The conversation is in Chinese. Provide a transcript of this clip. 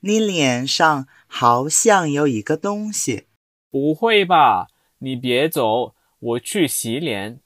你脸上好像有一个东西。不会吧？你别走，我去洗脸。